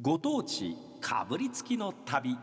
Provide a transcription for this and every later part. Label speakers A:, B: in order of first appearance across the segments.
A: ご当地かぶりつきの旅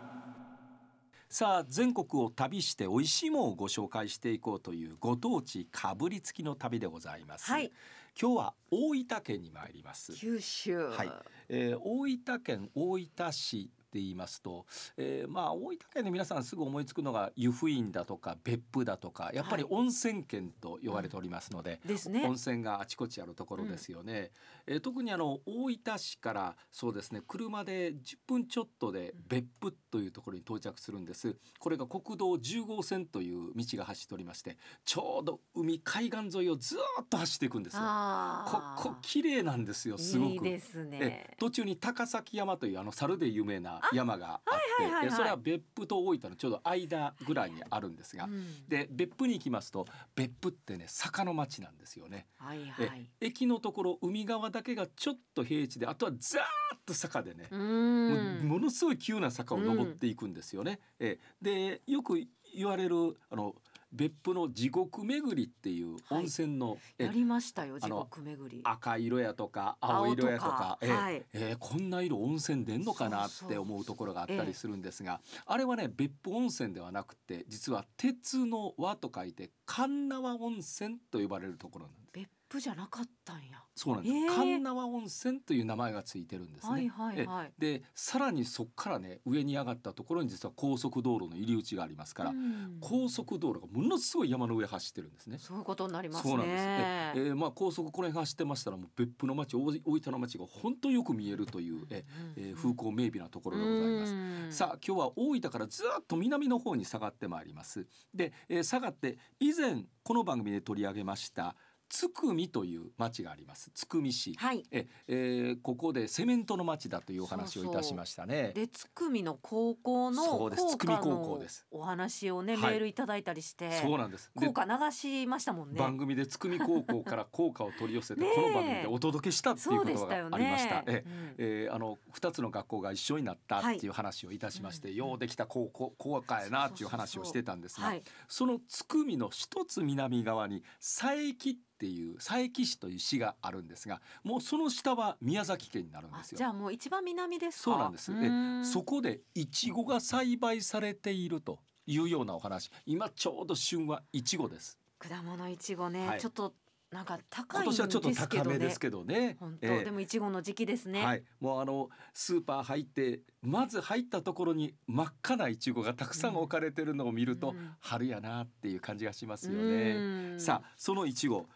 A: さあ全国を旅して美味しいものをご紹介していこうというご当地かぶりつきの旅でございます、
B: はい、
A: 今日は大分県に参ります、
B: 九州。
A: はいえー大分県大分市って言いますと、えーまあ大分県で皆さんすぐ思いつくのが湯布院だとか別府だとかやっぱり
B: は
A: 温泉県と呼ばれておりますので、
B: ですね
A: 温。泉があちこちあるところですよね、えー特にあの大分市からそうですね車で10分ちょっとで別府というところに到着するんですこれが国道10号線という道が走っておりましてちょうど海海岸沿いをずーっと走っていくんですよこ
B: ああ。
A: こ綺麗なんですよすごく
B: いいです
A: え
B: ね。
A: 途中に高崎山というあの猿で有名な山があ
B: はいはいは
A: って
B: いはい
A: でそれは別府と大分のちょうど間ぐらいにあるんですが、
B: うん
A: で別府に行きますと別府ってね坂の町なんですよね。
B: はい
A: え
B: はい。
A: 駅のところ海側だけがちょっと平地であとはザーッと坂でね
B: う、
A: も
B: ん。
A: ものすごい急な坂を登っていくんですよね。えでよく言われるあの別府の地獄巡りっていう温泉の、え
B: やりましたよ。
A: あ
B: 地
A: の
B: 獄巡り。
A: 赤色やとか青色やとかええ
B: はい。
A: えーこんな色温泉出んのかなっ
B: そう
A: て
B: そう
A: 思うところがあったりするんですがあれはね別府温泉ではなくて実は鉄の輪と書いて神縄温泉と呼ばれるところなんです
B: 別府じゃなかったんや。
A: そうなんです、
B: へー
A: 神縄温泉という名前がついてるんですね、
B: はいは
A: え
B: い
A: え
B: はい。
A: でさらにそこからね上に上がったところに実は高速道路の入り口がありますから、
B: うん
A: 高速道路がものすごい山の上走ってるんですね
B: そういうことになります
A: そうなんですね
B: ね。
A: えーまあ高速この辺走ってましたらもう別府の町大大分の町が本当よく見えるという、ええー風光明媚なところでございます。
B: ます
A: さあ今日は大分からずっと南の方に下がってまいります。で、えー下がって以前この番組で取り上げました津久見という町があります津久見市。
B: はい。
A: ええーここでセメントの町だというお話をいたしましたね。
B: でつくみの高校の
A: そうです
B: 校歌
A: 津久見高校
B: の
A: です
B: お話をねメ
A: はい
B: ールいただいたりして
A: そうなんです。で
B: 効果流しましたもんね。
A: 番組で津久見高校から校歌を取り寄 せて
B: ねえ
A: この番組でお届けしたってい
B: そうう
A: こ
B: で
A: と
B: し
A: が
B: たよ
A: ありました
B: ね。。
A: ええ
B: うん
A: えーあの2つの学校が一緒になったっていう話をいたしまして、
B: はい
A: ようできた高校高校やなっていう話をしてたんですが
B: はい。
A: その津久見の一つ南側に佐伯っていう佐伯市という市があるんですがもうその下は宮崎県になるん
B: あ
A: です
B: じゃ
A: よ。
B: あもう一番南ですか。
A: そうなんです
B: うーん
A: そこでイチゴが栽培されているというようなお話今ちょうど旬はイチゴです
B: 果物いちごね、
A: はい
B: ちょっとなんか高
A: 今
B: いんで
A: 年はちょっと
B: すけ
A: 高
B: ど
A: めで
B: ね
A: す。けどね。
B: 本当、
A: ええ
B: でもいちごの時期ですね。
A: はい、もうあのスーパー入ってまず入ったところに真っ赤なイチゴがたくさん置かれてるのを見ると、
B: うん
A: 春やなっていう感じがします
B: う
A: よね。
B: ーん
A: さあそのイチゴ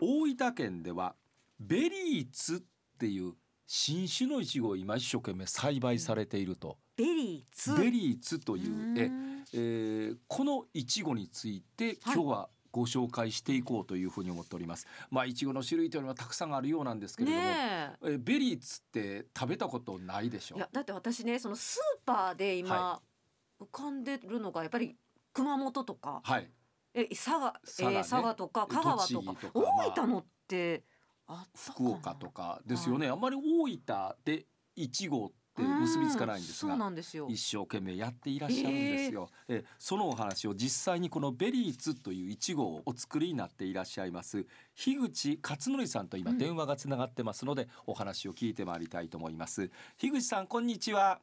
A: 大分県ではベリーツっていう新種のイチゴを今一生懸命栽培されていると、
B: ベリーツ
A: ベリーツというえ
B: ーん
A: えーこのいちごについて今
B: はい
A: 日はご紹介していこうというふうに思っております。まあいちごの種類というのはたくさんあるようなんですけれども、
B: ね
A: え
B: え。
A: ーベリーツって食べたことないでしょ
B: いやだって私ねそのスーパーで今、浮かんでるのがやっぱり熊本とか、
A: はい
B: え佐賀、
A: 佐賀ね
B: えー佐賀とか
A: え
B: 香川と
A: 栃
B: か
A: 木とかまあ
B: 大分のってあったか
A: 福
B: な
A: 岡とかですよね、あんまり大分で1号って
B: うーん
A: 結びつかないんです
B: そう
A: が
B: なんですよ。
A: 一生懸命やっていらっしゃるんですよ、えーそのお話を実際にこのベリーツという1号をお作りになっていらっしゃいます樋口勝則さんと今
B: うん
A: 電話がつながってますので、お話を聞いてまいりたいと思います樋口さんこんにちは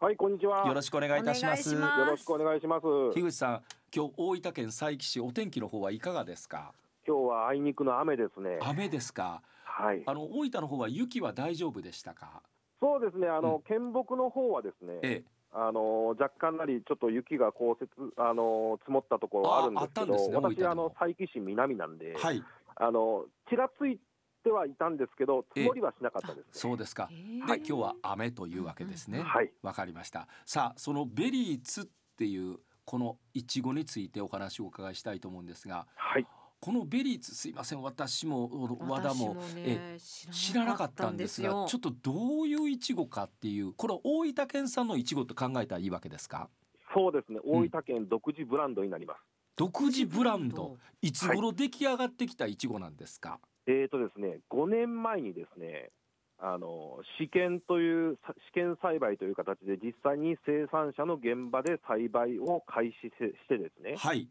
C: はい、こんにちは。
A: よろしくお願いいたします
B: お願いしま
C: よろしくお願いします。今
A: 樋口さん今日大分県佐伯市お天気の方はいかがですか
C: 日はあいにくの雨ですね。
A: 雨ですか
C: はい。
A: あの大分の方は雪は大丈夫でしたか。
C: そうですね。あの、県北の方はですね、
A: ええ、
C: あの若干なりちょっと雪が降雪あの積もったところはあるんですけ
A: ああ
C: ど、
A: ったんですね大分で
C: 私
A: も
C: あの佐伯市南なんで、
A: はい、
C: あのちらついてはいたんですけど、積もりはしなかったですね。
A: そうですか
B: え。
A: で、今
B: ー
A: 日は雨というわけですね。
B: うんうん
C: はい。
A: わかりました。さあ、そのベリーツっていうこのイチゴについてお話をお伺いしたいと思うんですが、
C: はい。
A: このベリーツすいません、私も和田
B: 私
A: も
B: も
A: え
B: ね
A: 知らなかったんですが、ちょっとどういうイチゴかっていう、これは大分県産のイチゴと考えたらいいわけですか。
C: そうですね。
A: うん
C: 大分県独自ブランドになります。
A: 独自ブランド、いつ頃出来上がってきたイチゴなんですか。
C: えーとですね、5年前にですね、あの試験というさ試験栽培という形で実際に生産者の現場で栽培を開始せしてですね、
A: はい。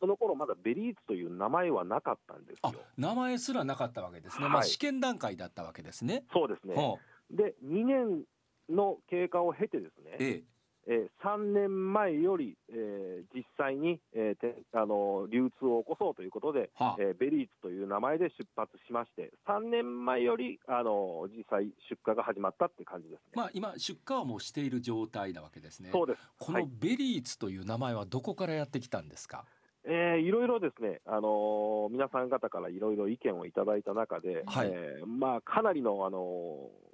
C: その頃まだベリーツという名前はなかったんです
A: あ
C: よ。、
A: 名前すらなかったわけですね。まあ
C: はい
A: 試験段階だったわけですね。
C: そうですね。
A: ほう
C: で2年の経過を経てですね、
A: え
C: えー3年前より、えー実際に、えーてあのー流通を起こそうということで、
A: え、はあ、
C: えーベリーズという名前で出発しまして、3年前より、あのー実際、出荷が始まったって感じですね。
A: まあ今出荷はもうしている状態なわけですね。
C: そうです
A: こ
C: は
A: の
C: い
A: ベリーツという名前はどこからやってきたんですか。
C: えーいろいろですね、あのー皆さん方からいろいろ意見をいただいた中で、
A: はい
C: えーまあ、かなりの、あのー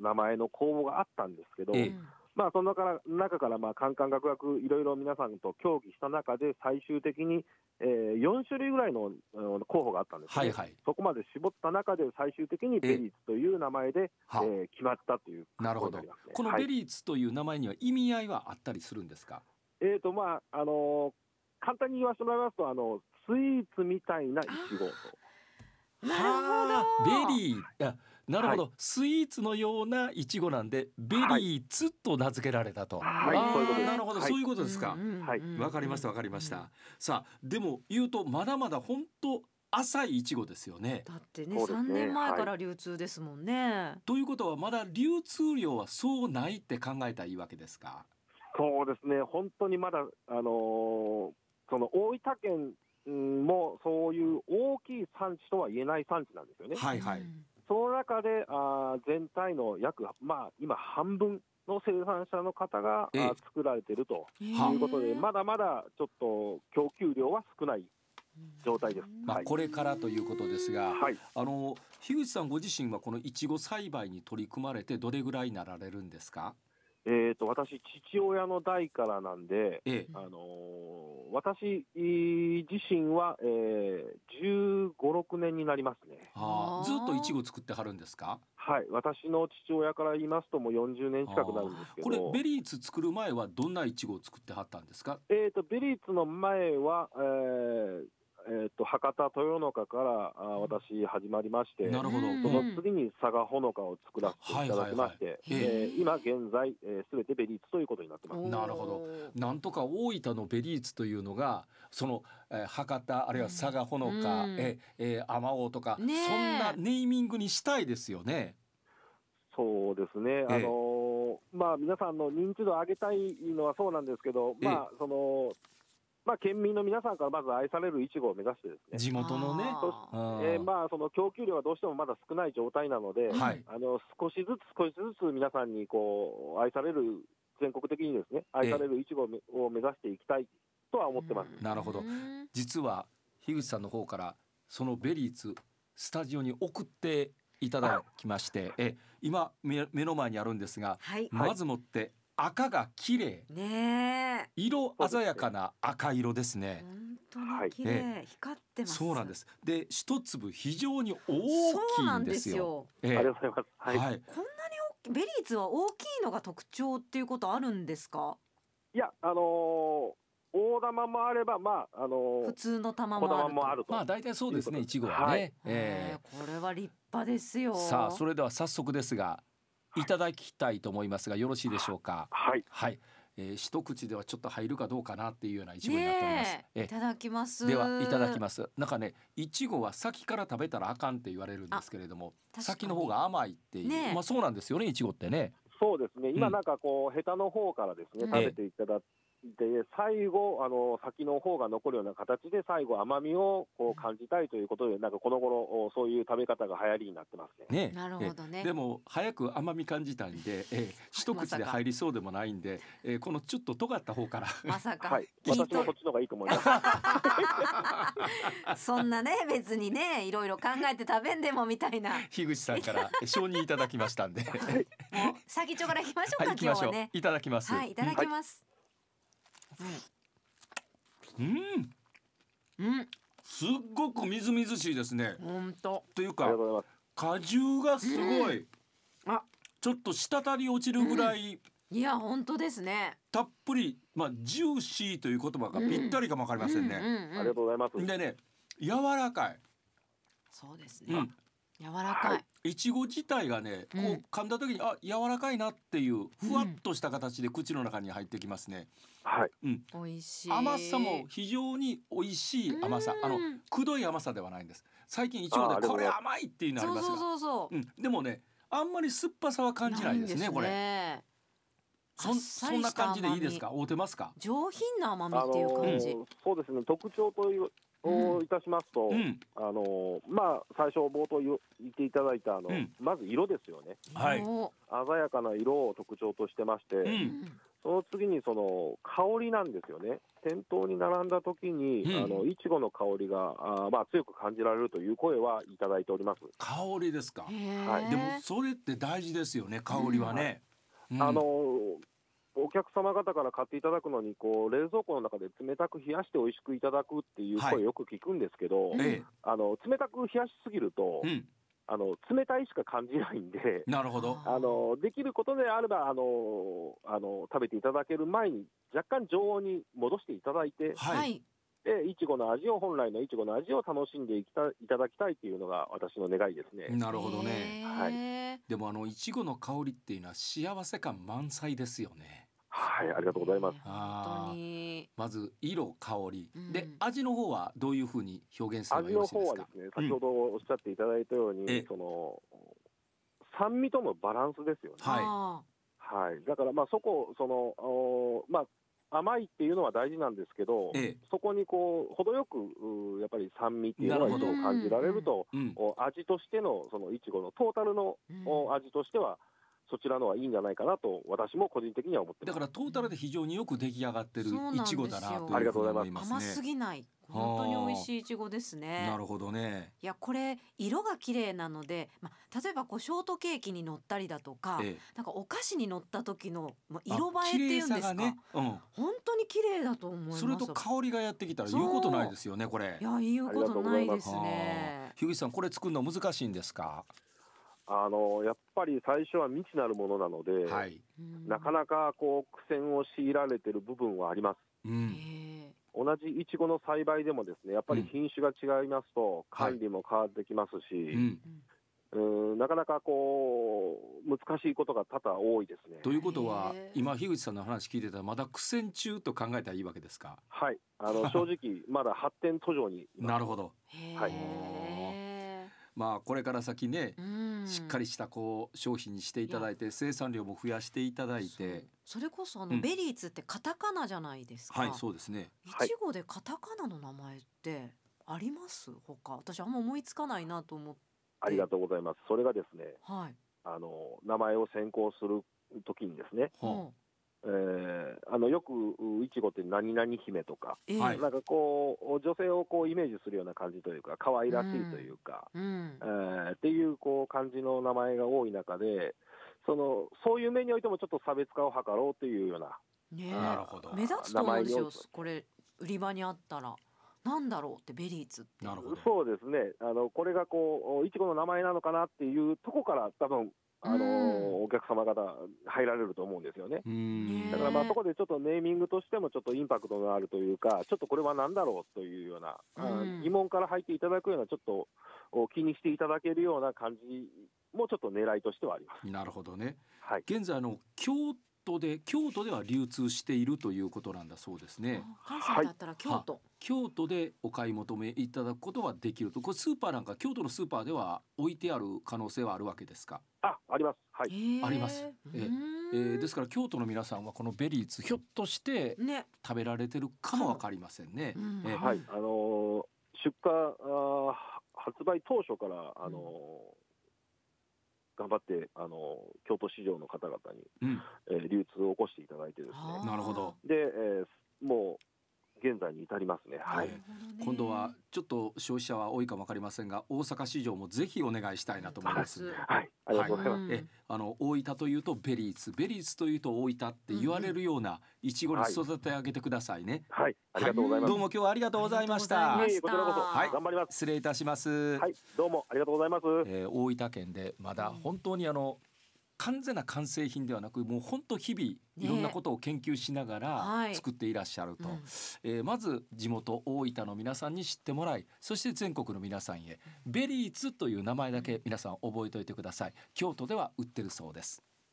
C: 名前の公募があったんですけど、
A: ええ
C: まあ、その中から中から、まあ、カンカンガクガクいろいろ皆さんと協議した中で、最終的に、えー4種類ぐらいのあの候補があったんですね、
A: はいはい。
C: そこまで絞った中で、最終的にベリーズという名前で、え
A: は、
C: ー決まったという
A: なるほど
C: とにりますね
A: この
C: はい
A: ベリーツという名前には意味合いはあったりするんですか。
C: えーとまああのー簡単に言わせてもらいますとあのスイーツみたいないちごと
B: なるほど
A: はあベリー。あなるほど、スイーツのようなイチゴなんでベリーツと名付けられたと。
C: はい
A: あー
C: そういうことです
A: なるほど、
C: はい
A: そういうことですか。
C: はい
A: わかりましたわかりました、さあでも言うとまだまだ本当浅いイチゴですよね
B: だってね
C: そうですね
B: 三年前から流通ですもんね。
A: ということはまだ流通量はそうないって考えたらいいわけですか
C: そうですね本当にまだあのーその大分県うんもそういう大きい産地とは言えない産地なんですよね。
A: はいはい、
B: うん
C: その中であー全体の約まあ今半分の生産者の方が、あー
A: ええ
C: 作られていると
A: はいあ
C: うことで、まだまだちょっと供給量は少ない。状態です
A: まあ、
C: はい
A: これからということですが、
C: はい。
A: あの樋口さんご自身はこのいちご栽培に取り組まれてどれぐらいなられるんですか
C: えっ、と私父親の代からなんで、
A: ええ
C: あのー私えー自身は、えー、15、6年になりますね。
A: あ
B: あー
A: あずっといちご作ってはるんですか
C: はい、私の父親から言いますともう40年近くなるんですけ
A: これ
C: ど、
A: ベリーツ作る前はどんないちごを作ってはったんですか
C: えー、とベリーツの前は、えーえー、と博多豊中からあー
B: うん
C: 私始まりまして、
A: なるほど、
B: うん
C: その
A: うん
C: 次に佐賀ほのかを作らせていただきまして、
A: いはいはい
C: えー今現在えーすべ、てベリーツということになってます。
A: なるほどなんとか大分のベリーツというのがその、えー博多あるいは佐賀ほのか、
B: うん
A: ええー天王とか、
B: ねえ
A: そんなネーミングにしたいですよね。
C: そうですね、あのまあ、皆さんの認知度を上げたいのはそうなんですけど、
A: ええ
C: まあそのまあ、県民の皆さんからまず愛されるいちごを目指してですね、
A: 地元のね。
B: あー
A: うん
C: えーまあ、その供給量がどうしてもまだ少ない状態なので、
A: はい
C: あの少しずつ少しずつ皆さんにこう愛される、全国的にですね愛されるいちごをめを目指していきたいとは思ってます。
A: なるほど
B: うん
A: 実は樋口さんの方からそのベリーツスタジオに送っていただきまして、え今目目の前にあるんですが、
B: はい。
C: はい
A: まずもって赤が綺麗
B: ねえ。
A: 色鮮やかな赤色ですね。
B: 本当に綺麗、
A: は
B: 光ってます。
A: そうなんです。で一粒非常に大
B: そうな
A: きい
B: ん
A: ん
B: で
A: ですすよ。
B: よ。
A: え
C: あ
A: え
C: りがとうございます。はい、い、
A: はい、
B: こんなに大きベリーズは大きいのが特徴っていうことあるんですか？
C: や、あのー大玉もあれば、まあ、あの
B: 普
C: ー
B: 通の玉
C: 小
B: もあ
C: 玉
B: ると。
C: もあると。
A: まあ大体そうですね、
C: という
A: い
C: こと
A: ちごは
C: は
A: ね
C: い。
A: え
B: ええこれは立派です
A: え
B: よ。
A: さあそ
B: れ
A: れでは早速ですが、いただきたいと思いますがよろしいでしょうか。
C: はい、
A: はい、えー、一口ではちょっと入るかどうかなっていうようなイチゴになっております。え
B: いただきます。
A: えではいただきます。なんかね、いちごは先から食べたらあかんって言われるんですけれども、
B: す
A: 先の方が甘いっていう、
B: ねえ
A: まあそうなんですよね、いちごってね。
C: そうですね、今
A: うん
C: なんかこう、ヘタの方からですね、
B: うん
C: 食べていただいて、最後、あの先の方が残るような形で、最後、甘みをこう感じたいということで、なんかこの頃おそういう食べ方が流行りになってますね。
A: ねえ。
B: なる
A: ええ
B: ほどね。
A: で も早く甘み感じたんで、えー、一口で入りそうでもないんで、えー、このちょっと尖った方 から
B: まさか、
C: はい、
B: きっ
C: 私も
B: と
C: こっちの方がいいと思 います。は
B: そんなね別にねいろいろ考えて食べんでもみたいな。
A: 樋口さんから承認いただきました んで。はい、
B: もう先っちょから行きましょうか、
A: 行き
B: 今
A: ま
B: 日
A: しょ
B: は
A: う
B: ね。。
A: いただきます。
B: はいいただきます。
A: うん、
B: うん、
A: すっごくみずみずしいですね。
B: 本当。
A: という
C: あり
A: か
C: がと、うございます。
A: 果汁がすごい。
B: うんあ、
A: ちょっと滴り落ちるぐらい。
B: いや本当ですね。
A: たっぷり、まあ、ジューシーという言葉がぴったりかもわかりません
B: う
A: ね。
B: ん
C: あ
B: う
C: り
B: んう
C: が
B: ん
C: とうございます。
A: でね、柔らかい。
B: そうです
A: う
B: ね。
A: ん、
B: 柔らかい。
A: いちご自体がね、こ
B: うん
A: う噛んだ時に、あ、柔らかいなっていう。
B: うん
A: ふわっとした形で口の中に入ってきますね。
C: はい、
B: 美味しい。
A: 甘さも非常に美味しい甘さ
B: う。ん
A: あの、くどい甘さではないんです最近いちご
C: あーあ
A: で
C: りがと
A: こ
C: うご
A: れ
C: ざいます
A: 甘いっていうのあり
B: そう
A: ます
B: そう
A: が
B: そうそう
A: う。んでもねあんまり酸っぱさは感じないですねこれ
B: れ。
A: そ
B: あっ
A: ん
B: さ
A: そ
B: り
A: ん
B: した
A: な感じでいいですか
B: 甘
A: 合うてますか
B: み上品な甘み
C: あ
B: っ
C: の
B: ていう感じ。
C: ーそうですね特徴というをいたしますと、
A: うん
C: あのーまあ最初冒頭言う言っていただいたあの、
A: うん
C: まず色ですよね
A: はい
B: お
C: 鮮やかな色を特徴としてまして、
A: う
B: うんん
C: その次にその香りなんですよね店頭に並んだ時に、
A: うん
C: あのいちごの香りがあーまあ強く感じられるという声はいただいております、
A: 香りですか
B: へえ
C: はい
A: でもそれって大事ですよね香りはね、うん
C: あのーお客様方から買っていただくのにこう冷蔵庫の中で冷たく冷やして美味しくいただくっていう
A: は
C: 声
A: い
C: よく聞くんですけど、
B: うん
A: え
C: あの冷たく冷やしすぎると、
A: えうん
C: あの冷たいしか感じないんで、
A: なるほど
C: あのできることであればあのあの食べていただける前に若干常温に戻していただいて
A: はい、
B: はい。
C: でいちごの味を本来のいちごの味を楽しんでいきたいただきたいというのが私の願いですね。
A: なるほどね
B: へえ
C: はい
A: でもあのいちごの香りっていうのは幸せ感満載ですよね
C: はい、ありがとうございます。
B: 本当に。
A: まず色香り、
B: うん
A: で味の方はどういうふうに表現すれば
C: 味
A: よろ
C: の
A: しいで
C: 方
A: す
C: は
A: か
C: ですね、先ほどおっしゃっていただいたように、
A: ええ
C: その酸味とのバランスですよね。
A: はい
B: あ
C: はい、だからまあそこそのおーまあ甘いっていうのは大事なんですけど、
A: え
C: そこにこう程よくうーやっぱり酸味っていうの
A: な
C: が
A: るほど
C: 一応感じられると、
A: えうん
C: お味としてのそのいちごのトータルの、
B: ー
C: お
B: うん
C: 味としてはそちらの方がいいんじゃないかなと私も個人的には思って
A: だ
C: ます
A: か。らトータルで非常によく出来上がってる
B: そうなん
A: い
B: です
A: ち
B: よ
A: ごだなというふうに思いますね
B: 甘すぎない。本当に美味しいいちごですね。
A: なるほどね
B: いやこれ色が綺麗なので、まあ、例えばこうショートケーキに乗ったりだとか、
A: ええ
B: なんかお菓子に乗った時の、まあ、
A: あ
B: 色映えっていうんで
A: 綺麗
B: すか、
A: さがね、う
B: 本当に綺麗だと思いま
A: ん、
B: す
A: それと香りがやってきたら言うことないですよねこれ
B: いや言うことないです
A: はあ
B: ね
A: 樋口さんこれ作るの難しいんですか
C: あのやっぱり最初は未知なるものなので、
A: はい、
C: なか
B: か、
C: なかこう苦戦を強いられてる部分はあります。
A: う
B: え
A: ん、
B: え
C: 同じいちごの栽培でもですねやっぱり品種が違いますと
A: はい
C: 管理も変わってきますし、
A: うん、
C: うんなかなかこう難しいことが多々多いですね。
A: ということは
B: へえ
A: 今樋口さんの話聞いてたらまだ苦戦中と考えたらいいわけですか
C: はい、あの正直まだ発展途上にいます
A: なるほど
B: へえ
C: はい
A: まあこれから先ね
B: うん
A: しっかりしたこう商品にしていただいて生産量も増やしていただいて
B: そうそれこそあ
A: う
B: の
A: ん
B: ベリーズってカタカナじゃないですか、
A: はいそうですね
B: いちごでカタカナの名前ってあります他私あんま思いつかないなと思って
C: ありがとうございます。それがですね
B: はい、
C: あの名前を選考する時にですね、
A: ほう
B: うん
C: えーあのよくういちごって何々姫とか、
B: ええ
A: はい
C: なんかこう女性をこうイメージするような感じというか可愛らしいというか、
B: うん
C: えーっていうこう感じの名前が多い中でそのそういう面においてもちょっと差別化を図ろうというような
B: ねえ
A: なるほど
B: 目立つと思うんです
C: 名前
B: よ
C: に
B: これ売り場にあったらなんだろうってベリーズって
A: なるほど
C: そうですねあのこれがこういちごの名前なのかなっていうとこから多分あの
B: うん
C: お客様方入られると思うんですよね。
A: うー
B: ね
A: ん
C: だからまあ
B: へー
C: そこでちょっとネーミングとしてもちょっとインパクトのあるというかちょっとこれは何だろうというような、あー
B: うん
C: 疑問から入っていただくようなちょっとお気にしていただけるような感じもちょっと狙いとしてはあります。
A: なるほどね
C: はい
A: 現在あの京都で京都では流通しているということなんだそうですね
B: あ関西だったら京都、
A: 京都でお買い求めいただくことはできるとこれスーパーなんか京都のスーパーでは置いてある可能性はあるわけですか、
C: ああります、はい
B: へえ
A: ありますえええ
B: ー
A: ー、ですから京都の皆さんはこのベリーツひょっとして
B: ね
A: 食べられてるかもわかりませんね
B: う。ん
A: ええ
B: うん
C: はい、あのー出荷あー発売当初から、あのー
B: う
C: 頑張って、あのー京都市場の方々に、
A: うん、
C: えー流通を起こしていただいてです
B: あー
C: ね
A: なるほど
C: で、えーもう現在に至りますね、はい
A: え今度はちょっと消費者は多いかもわかりませんが、大阪市場もぜひお願いしたいなと思いますんで。
C: はい、ありがとうございます。
B: うん
A: え、あの大分というとベリーツ、ベリーツというと大分って言われるようなイチゴに育て上げてくださいね。
C: はい、ありがとうございます。
A: どうも今日はありがとうございまし
B: あ
A: た
B: りがとうございま。
C: いえいえこちらこそ、
B: はい
C: 頑張ります。
A: 失礼いたします。
C: はい、どうもありがとうございます。
A: えー大分県でまだ本当にあの完全な完成品ではなく、もう本当日々いろんなことを研究しなが
B: は
A: ら
B: い
A: 作っていらっしゃると。
B: うん
A: えーまず地元大分の皆さんに知ってもらいそして全国の皆さんへベリーツという名前だけ皆さん覚えておいてください京都では売ってるそうです